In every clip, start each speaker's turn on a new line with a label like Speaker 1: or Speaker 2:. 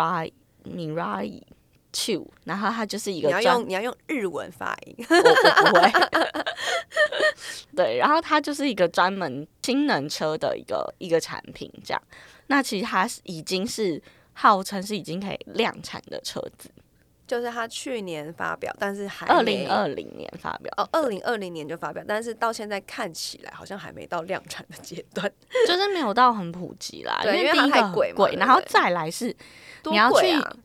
Speaker 1: Mirai Mirai Chu，然后它就是一
Speaker 2: 你
Speaker 1: 个
Speaker 2: 要
Speaker 1: 专
Speaker 2: 用你要用日文发音，
Speaker 1: 我我不会。 对，然后它就是一个专门氢能车的一个一个产品，这样。那其实它是已经是号称是已经可以量产的车子，
Speaker 2: 就是他去年发表，但是还
Speaker 1: 二
Speaker 2: 没
Speaker 1: 零二零年发表，
Speaker 2: 哦，二零二零年就发表，但是到现在看起来好像还没到量产的阶段，
Speaker 1: 就是没有到很普及啦，
Speaker 2: 对因为
Speaker 1: 第
Speaker 2: 它
Speaker 1: 一
Speaker 2: 太
Speaker 1: 个很
Speaker 2: 贵嘛
Speaker 1: 贵，
Speaker 2: 对
Speaker 1: 然
Speaker 2: 不
Speaker 1: 后
Speaker 2: 对
Speaker 1: 再来是
Speaker 2: 多
Speaker 1: 你要
Speaker 2: 贵啊！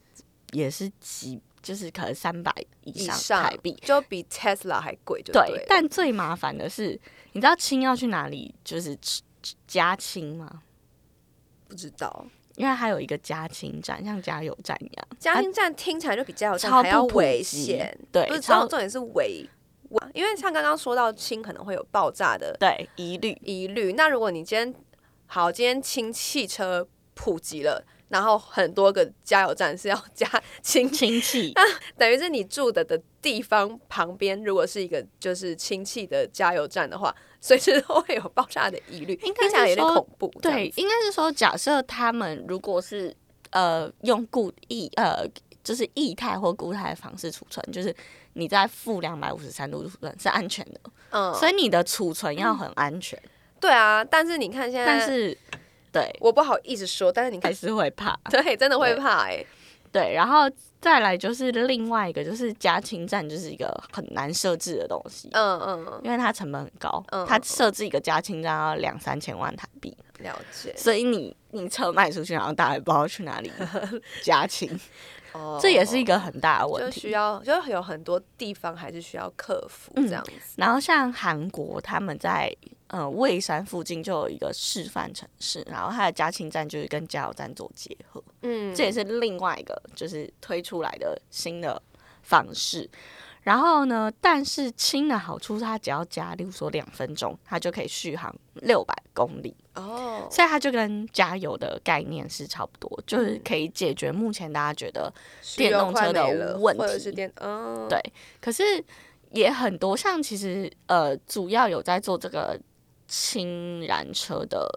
Speaker 1: 也是几，就是可能三百以
Speaker 2: 以
Speaker 1: 上
Speaker 2: 上
Speaker 1: 台币。
Speaker 2: 就比 Tesla 还贵，就
Speaker 1: 对，
Speaker 2: 了
Speaker 1: 但最麻烦的是，你知道氢要去哪里就是加氢吗？
Speaker 2: 不知道
Speaker 1: 因为它有一个加氢站，像加油站一样。
Speaker 2: 加油站听起来就比加油站
Speaker 1: 超
Speaker 2: 还要
Speaker 1: 不普
Speaker 2: 危
Speaker 1: 及
Speaker 2: 险，
Speaker 1: 对
Speaker 2: 不是
Speaker 1: 超
Speaker 2: 重重点是危，危因为像刚刚说到氢可能会有爆炸的
Speaker 1: 对，疑虑。
Speaker 2: 疑虑，那如果你今天好，今天氢汽车普及了。然后很多个加油站是要加氢
Speaker 1: 氢 气，
Speaker 2: 等于是你住的的地方旁边，如果是一个就是亲戚的加油站的话，随时都会有爆炸的疑虑，
Speaker 1: 应该
Speaker 2: 听起来有
Speaker 1: 是
Speaker 2: 点
Speaker 1: 说
Speaker 2: 恐怖。这样
Speaker 1: 对，，应该是说，假设他们如果是呃用固液呃就是液态或固态的方式储存，就是你在负两百五十三度储存是安全的，
Speaker 2: 嗯，
Speaker 1: 所以你的储存要很安全。
Speaker 2: 对啊，但是你看现在，
Speaker 1: 但是，对，
Speaker 2: 我不好意思说，但是你
Speaker 1: 还
Speaker 2: 看，
Speaker 1: 是会怕。
Speaker 2: 对，真的会怕哎、
Speaker 1: 对，然后再来就是另外一个，就是加氢站，就是一个很难设置的东西。
Speaker 2: 嗯嗯，嗯
Speaker 1: 因为它成本很高
Speaker 2: 嗯，
Speaker 1: 它设置一个加氢站要两三千万台币，
Speaker 2: 了解。
Speaker 1: 所以你你车卖出去，然后大家也不知道去 哪里加氢，
Speaker 2: 哦
Speaker 1: 这也是一个很大的问
Speaker 2: 就需
Speaker 1: 题。
Speaker 2: 要，就有很多地方还是需要克服
Speaker 1: 嗯
Speaker 2: 这样子。
Speaker 1: 然后像韩国，他们在呃蔚山附近就有一个示范城市，然后它的加氢站就是跟加油站做结合，
Speaker 2: 嗯，
Speaker 1: 这也是另外一个就是推出来的新的方式。然后呢，但是氢的好处是它只要加，例如说两分钟，它就可以续航六百公里。
Speaker 2: 哦，
Speaker 1: 所以它就跟加油的概念是差不多，就是可以解决目前大家觉得，
Speaker 2: 石
Speaker 1: 电
Speaker 2: 油
Speaker 1: 动
Speaker 2: 快
Speaker 1: 车的
Speaker 2: 没了
Speaker 1: 问
Speaker 2: 或者
Speaker 1: 题
Speaker 2: 是电，嗯，
Speaker 1: 对可是也很多像其实呃，主要有在做这个氢燃车的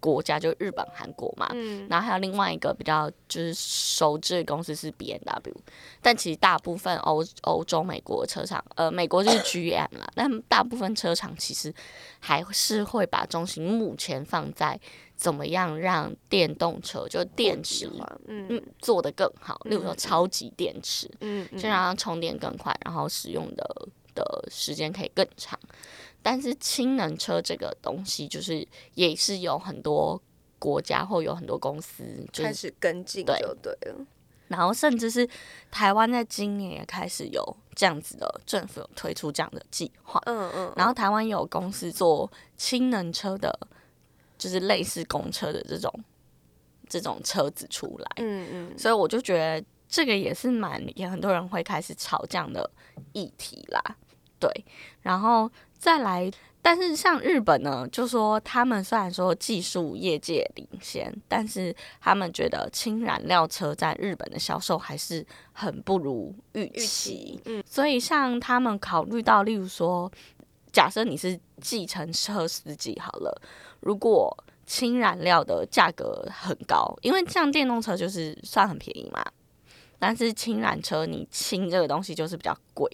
Speaker 1: 国家，就日本、韩国嘛。
Speaker 2: 嗯，
Speaker 1: 然后还有另外一个比较就是熟知的公司是 B N W，但其实大部分欧欧洲、美国车厂，呃，美国就是 G M 啦，但大部分车厂其实还是会把重心目前放在怎么样让电动车就电池
Speaker 2: 计划，嗯
Speaker 1: 嗯做得更好，例如
Speaker 2: 嗯
Speaker 1: 说
Speaker 2: 嗯
Speaker 1: 超级电池，
Speaker 2: 嗯，嗯
Speaker 1: 就让它充电更快，然后使用的的时间可以更长。但是氢能车这个东西，就是也是有很多国家或有很多公司，就
Speaker 2: 开
Speaker 1: 是
Speaker 2: 始跟进
Speaker 1: 对
Speaker 2: 就对了。
Speaker 1: 然后甚至是台湾在今年也开始有这样子的政府有推出这样的计划，
Speaker 2: 嗯嗯，
Speaker 1: 然后台湾有公司做氢能车的，就是类似公车的这种这种车子出来。
Speaker 2: 嗯嗯，
Speaker 1: 所以我就觉得这个也是蛮也很多人会开始吵这样的议题啦，对，然后再来，但是像日本呢，就说他们虽然说技术业界领先，但是他们觉得氢燃料车在日本的销售还是很不如预
Speaker 2: 预期，嗯
Speaker 1: 所以像他们考虑到，例如说，假设你是计程车司机好了，如果氢燃料的价格很高，因为像电动车就是算很便宜嘛，但是氢燃车你氢这个东西就是比较贵，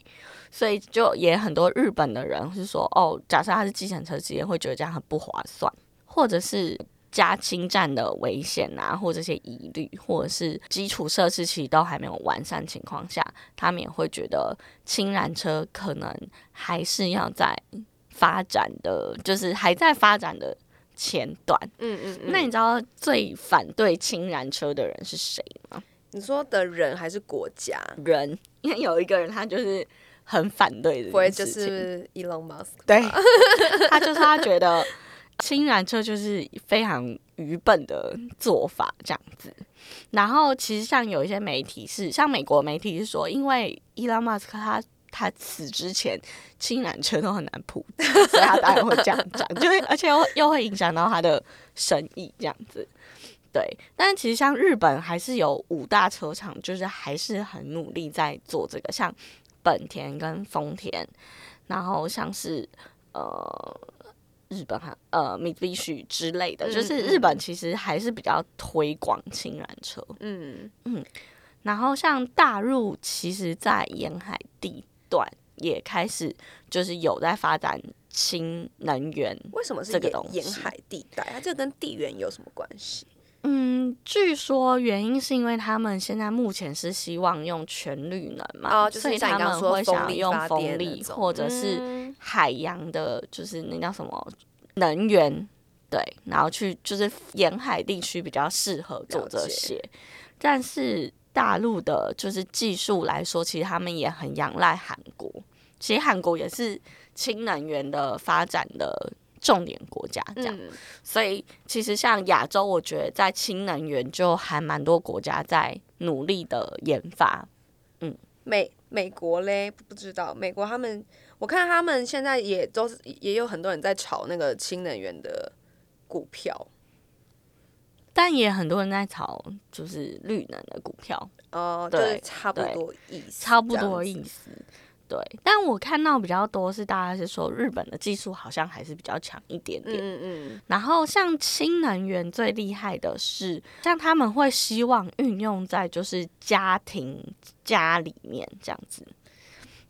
Speaker 1: 所以就也很多日本的人是说，哦，假设他是计程车司机，会觉得这样很不划算，或者是。加氢站的危险啊，或这些疑虑，或者是基础设施其实都还没有完善情况下，他们也会觉得氢燃车可能还是要在发展的，就是还在发展的前段。
Speaker 2: 嗯嗯嗯。
Speaker 1: 那你知道最反对氢燃车的人是谁吗？
Speaker 2: 你说的人还是国家？
Speaker 1: 人，因为有一个人他就是很反对
Speaker 2: 不
Speaker 1: 这
Speaker 2: 会
Speaker 1: 件
Speaker 2: 就
Speaker 1: 事情，
Speaker 2: 是 Elon Musk？
Speaker 1: 对， 他就是他觉得氢燃车就是非常愚笨的做法这样子。然后其实像有一些媒体是，像美国媒体是说，因为伊朗马斯克他。他死之前，氢燃车都很难普及，所以他当然会这样讲，就会 而且又又会影响到他的生意这样子。对，但其实像日本还是有五大车厂，就是还是很努力在做这个，像本田跟丰田，然后像是呃日本还呃 Mitsubishi 之类的，
Speaker 2: 嗯
Speaker 1: 就是日本其实还是比较推广氢燃车。
Speaker 2: 嗯，
Speaker 1: 然后像大陆，其实在沿海地段也开始就是有在发展氢能源。
Speaker 2: 为什么是
Speaker 1: 这个
Speaker 2: 沿
Speaker 1: 东西
Speaker 2: 沿海地带？它这跟地缘有什么关系？
Speaker 1: 嗯，据说原因是因为他们现在目前是希望用全绿能嘛，
Speaker 2: 哦就是
Speaker 1: 所以
Speaker 2: 像
Speaker 1: 他
Speaker 2: 你刚
Speaker 1: 们
Speaker 2: 说
Speaker 1: 会
Speaker 2: 风
Speaker 1: 想
Speaker 2: 力
Speaker 1: 用
Speaker 2: 发
Speaker 1: 风
Speaker 2: 电那
Speaker 1: 力
Speaker 2: 种
Speaker 1: 或者是
Speaker 2: 嗯
Speaker 1: 海洋的，就是那叫什么能源，对，然后去就是沿海地区比较适合做这些，但是大陆的就是技术来说，其实他们也很仰赖韩国，其实韩国也是氢能源的发展的重点国家，这样。
Speaker 2: 嗯
Speaker 1: 所以其实像亚洲，我觉得在氢能源就还蛮多国家在努力的研发。
Speaker 2: 美美国嘞，不知道美国他们，我看他们现在也都是也有很多人在炒那个氢能源的股票，
Speaker 1: 但也很多人在炒，就是绿能的股票，
Speaker 2: 哦、就
Speaker 1: 对
Speaker 2: 是差不
Speaker 1: 对
Speaker 2: 多意思，
Speaker 1: 差不多
Speaker 2: 这样子
Speaker 1: 意思。对，但我看到比较多是大家是说日本的技术好像还是比较强一点点。
Speaker 2: 嗯嗯
Speaker 1: 然后像氢能源最厉害的是，像他们会希望运用在就是家庭家里面这样子。
Speaker 2: 嗯，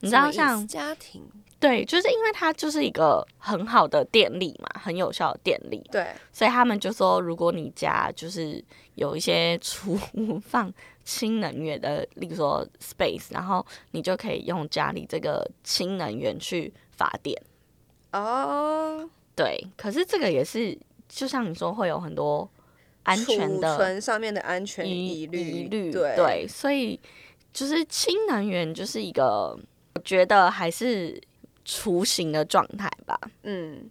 Speaker 1: 你知
Speaker 2: 什么
Speaker 1: 道
Speaker 2: 意思
Speaker 1: 像
Speaker 2: 家庭
Speaker 1: 对，就是因为它就是一个很好的电力嘛，很有效的电力，
Speaker 2: 对
Speaker 1: 所以他们就说，如果你家就是有一些储物放氢能源的，例如说 space，然后你就可以用家里这个氢能源去发电。
Speaker 2: 哦，
Speaker 1: 对，可是这个也是，就像你说，会有很多安全
Speaker 2: 储
Speaker 1: 的
Speaker 2: 存上面的安全
Speaker 1: 疑
Speaker 2: 虑，
Speaker 1: 疑虑，
Speaker 2: 对
Speaker 1: 所以就是氢能源就是一个，我觉得还是雏形的状态吧。
Speaker 2: 嗯，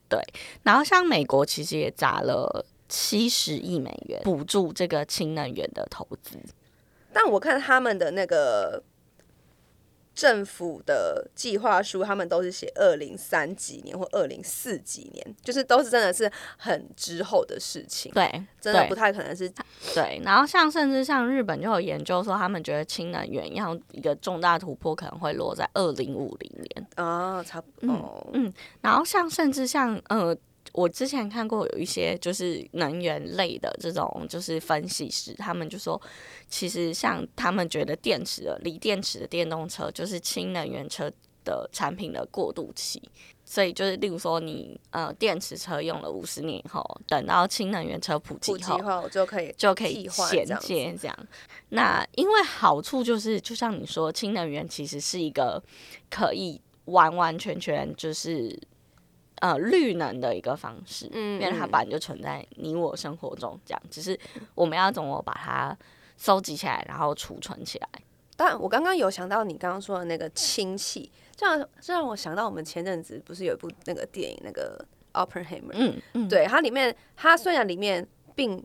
Speaker 1: 然后像美国其实也砸了七十亿美元补助这个氢能源的投资，
Speaker 2: 但我看他们的那个。政府的计划书，他们都是写二零三几年或二零四几年，就是都是真的是很之后的事情。
Speaker 1: 对，
Speaker 2: 真的
Speaker 1: 对
Speaker 2: 不太可能是
Speaker 1: 对。然后像甚至像日本就有研究说，他们觉得氢能源要一个重大突破，可能会落在二零五零年。
Speaker 2: 哦，差不多。哦
Speaker 1: 啊嗯然后像甚至像呃。我之前看过有一些就是能源类的这种就是分析师，他们就说，其实像他们觉得电池的锂电池的电动车就是氢能源车的产品的过渡期，所以就是例如说你呃电池车用了五十年以后，等到氢能源车普及
Speaker 2: 普及
Speaker 1: 后，
Speaker 2: 后就可以
Speaker 1: 就可以
Speaker 2: 替换
Speaker 1: 衔
Speaker 2: 这样子
Speaker 1: 接这样。那因为好处就是，就像你说，氢能源其实是一个可以完完全全就是呃绿能的一个方式，
Speaker 2: 嗯
Speaker 1: 因为它
Speaker 2: 嗯
Speaker 1: 本来就存在你我生活中这样，只是我们要怎么把它收集起来，然后储存起来。
Speaker 2: 但我刚刚有想到你刚刚说的那个氢气，这让这让我想到我们前阵子不是有一部那个电影那个 Oppenheimer，、
Speaker 1: 嗯嗯，
Speaker 2: 对，它里面它虽然里面并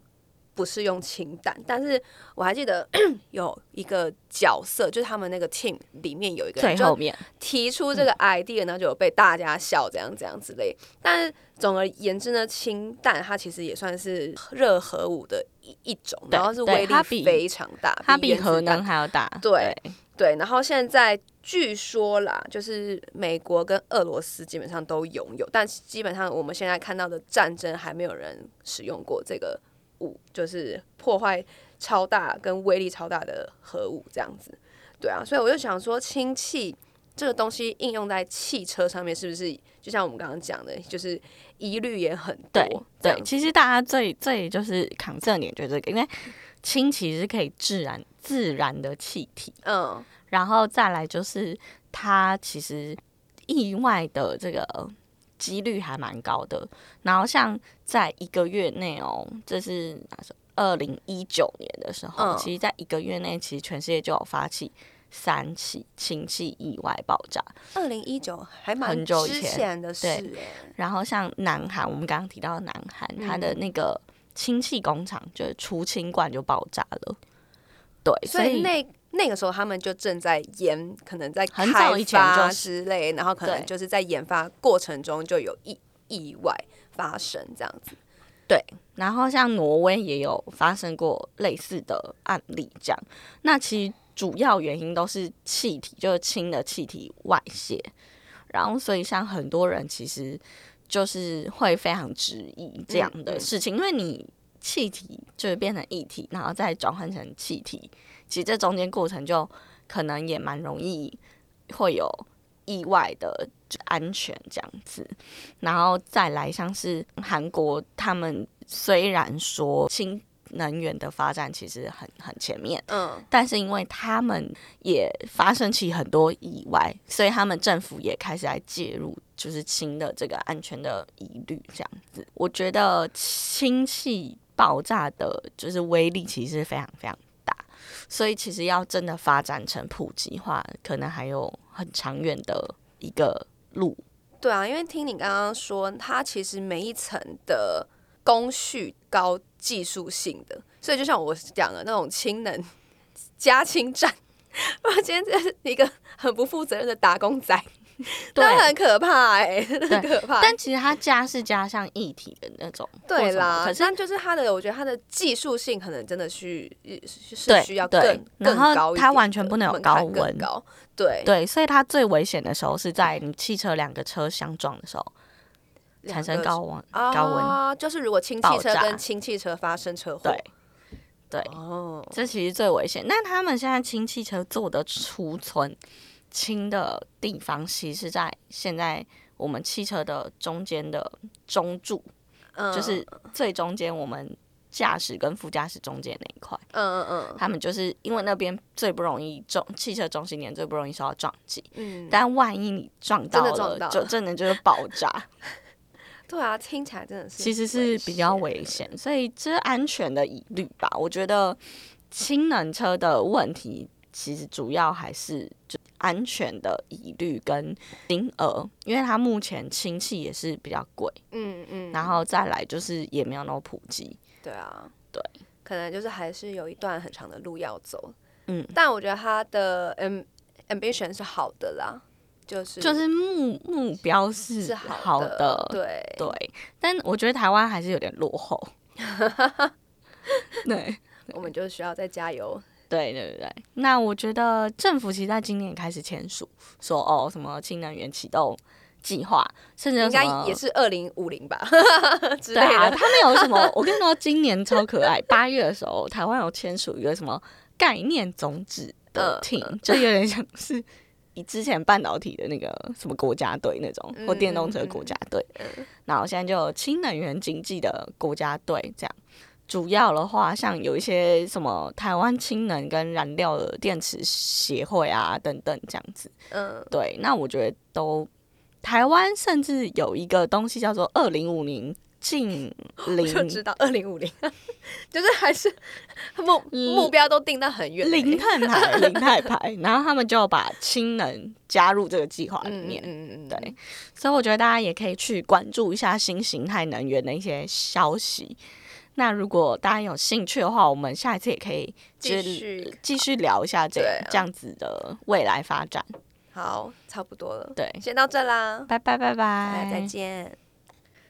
Speaker 2: 不是用氢弹，但是我还记得 有一个角色，就是他们那个 team 里面有一个人
Speaker 1: 最
Speaker 2: 就
Speaker 1: 后嗯面
Speaker 2: 提出这个 idea，然后就有被大家笑，这样这样之类。但是总而言之呢，氢弹它其实也算是热核武的一一种，
Speaker 1: 对
Speaker 2: 然后是
Speaker 1: 对
Speaker 2: 威
Speaker 1: 它
Speaker 2: 力
Speaker 1: 比
Speaker 2: 非常大，
Speaker 1: 它比
Speaker 2: 原子
Speaker 1: 核
Speaker 2: 弹
Speaker 1: 能还要大，
Speaker 2: 对对。然后现在据说啦，就是美国跟俄罗斯基本上都拥有，但基本上我们现在看到的战争还没有人使用过这个武，就是破坏超大跟威力超大的核武这样子。对啊，所以我就想说，氢气这个东西应用在汽车上面，是不是就像我们刚刚讲的，就是疑虑也很多
Speaker 1: 对
Speaker 2: 这
Speaker 1: 对，
Speaker 2: 样子？
Speaker 1: 其实大家最最就是扛这点就是这个，因为氢其实是可以自然自然的气体，
Speaker 2: 嗯，
Speaker 1: 然后再来就是它其实意外的这个几率还蛮高的。然后像在一个月内哦，这是哪时候？二零一九年的时候，
Speaker 2: 嗯
Speaker 1: 其实在一个月内，其实全世界就有发起三起氢气意外爆炸。
Speaker 2: 二零一九还蛮
Speaker 1: 很久以
Speaker 2: 之
Speaker 1: 前
Speaker 2: 前的事、
Speaker 1: 对
Speaker 2: 欸，
Speaker 1: 然后像南韩，我们刚刚提到南韩，它
Speaker 2: 嗯
Speaker 1: 的那个氢气工厂就是除氢罐就爆炸了。对，
Speaker 2: 所
Speaker 1: 所
Speaker 2: 以
Speaker 1: 以
Speaker 2: 那那个时候他们就正在研，可能在
Speaker 1: 很早
Speaker 2: 开
Speaker 1: 以前就
Speaker 2: 发
Speaker 1: 是
Speaker 2: 之类，然后可能
Speaker 1: 对
Speaker 2: 就是在研发过程中就有意意外发生这样子。嗯
Speaker 1: 然后像挪威也有发生过类似的案例，这样。那其实主要原因都是气体，就是氢的气体外泄。然后所以像很多人其实就是会非常质疑这样
Speaker 2: 嗯
Speaker 1: 的
Speaker 2: 嗯
Speaker 1: 事情，因为你气体就是变成液体，然后再转换成气体，其实这中间过程就可能也蛮容易会有意外的就安全这样子，然后再来像是韩国，他们虽然说新能源的发展其实很很前面，
Speaker 2: 嗯，
Speaker 1: 但是因为他们也发生起很多意外，所以他们政府也开始来介入，就是新的这个安全的疑虑这样子。我觉得氢气爆炸的就是威力其实非常非常大，所以其实要真的发展成普及化，可能还有很长远的一个路。
Speaker 2: 对啊，因为听你刚刚说，它其实每一层的工序高技术性的，所以就像我讲的那种氢能加氢站， 我今天这是一个很不负责任的打工仔，那很可怕哎、欸，很可怕。
Speaker 1: 但其实它加是加上一体的那种，
Speaker 2: 对
Speaker 1: 或什么
Speaker 2: 啦，
Speaker 1: 可是
Speaker 2: 但就是它的，我觉得它的技术性可能真的需是是
Speaker 1: 对
Speaker 2: 需要
Speaker 1: 对
Speaker 2: 更
Speaker 1: 然
Speaker 2: 更
Speaker 1: 后
Speaker 2: 高一点的，
Speaker 1: 它完全不能有
Speaker 2: 门槛
Speaker 1: 高
Speaker 2: 更
Speaker 1: 温
Speaker 2: 高，对，
Speaker 1: 对，所以它最危险的时候是在你汽车两个车相撞的时候产生高温，
Speaker 2: 两个
Speaker 1: 高温
Speaker 2: 啊，就是如果氢
Speaker 1: 爆
Speaker 2: 汽车
Speaker 1: 炸
Speaker 2: 跟氢汽车发生车祸，
Speaker 1: 对对，
Speaker 2: 哦，
Speaker 1: 这其实最危险。那他们现在氢汽车做的储存氢的地方，其实是在现在我们汽车的中间的中柱，
Speaker 2: 嗯
Speaker 1: 就是最中间我们驾驶跟副驾驶中间那一块。
Speaker 2: 嗯嗯
Speaker 1: 他们就是因为那边最不容易中汽车中型点最不容易受到撞击，
Speaker 2: 嗯，嗯，
Speaker 1: 但万一你撞到
Speaker 2: 真的
Speaker 1: 了，
Speaker 2: 撞到
Speaker 1: 就
Speaker 2: 了
Speaker 1: 真的就是爆炸。
Speaker 2: 对啊，听起来真的是欸
Speaker 1: 其实是比较危险，所以这是安全的疑虑吧。我觉得氢能车的问题其实主要还是就安全的疑虑跟金额，因为它目前氢气也是比较贵，
Speaker 2: 嗯嗯，
Speaker 1: 然后再来就是也没有那么普及。
Speaker 2: 对啊，
Speaker 1: 对，
Speaker 2: 可能就是还是有一段很长的路要走，
Speaker 1: 嗯，
Speaker 2: 但我觉得他的 am ambition 是好的啦，就是
Speaker 1: 就是目目标
Speaker 2: 是
Speaker 1: 是
Speaker 2: 好
Speaker 1: 好
Speaker 2: 的，对
Speaker 1: 对，但我觉得台湾还是有点落后。 对，
Speaker 2: 我们就需要再加油，
Speaker 1: 对对对对，那我觉得政府其实在今年也开始签署，说哦什么氢能源启动计划，甚至有
Speaker 2: 应该
Speaker 1: 什么
Speaker 2: 也是二零五零吧 之
Speaker 1: 对
Speaker 2: 类
Speaker 1: 啊，
Speaker 2: 的，
Speaker 1: 他们有什么？ 我跟你说，今年超可爱，八月的时候，台湾有签署一个什么概念总旨的
Speaker 2: 嗯
Speaker 1: team，、就有点像是以之前半导体的那个什么国家队那种，
Speaker 2: 嗯
Speaker 1: 或电动车国家队，然后现在就有氢能源经济的国家队这样。主要的话，像有一些什么台湾氢能跟燃料的电池协会啊等等这样子，
Speaker 2: 嗯，
Speaker 1: 对，那我觉得都台湾甚至有一个东西叫做二零五零 近
Speaker 2: 就
Speaker 1: 零
Speaker 2: 知道二零五 零，就是还是目
Speaker 1: 嗯
Speaker 2: 目标都定到很远欸，
Speaker 1: 零 碳排零碳排，然后他们就把氢能加入这个计划里
Speaker 2: 嗯嗯
Speaker 1: 面。
Speaker 2: 嗯嗯，
Speaker 1: 对，所以我觉得大家也可以去关注一下新形态能源的一些消息。那如果大家有兴趣的话，我们下一次也可以
Speaker 2: 继
Speaker 1: 就是
Speaker 2: 续
Speaker 1: 继续聊一下这、
Speaker 2: 对啊
Speaker 1: 这样子的未来发展。
Speaker 2: 好，差不多了，
Speaker 1: 对，
Speaker 2: 先到这啦，
Speaker 1: 拜拜拜
Speaker 2: 啊
Speaker 1: 嗯
Speaker 2: 大
Speaker 1: 拜，
Speaker 2: 家再见。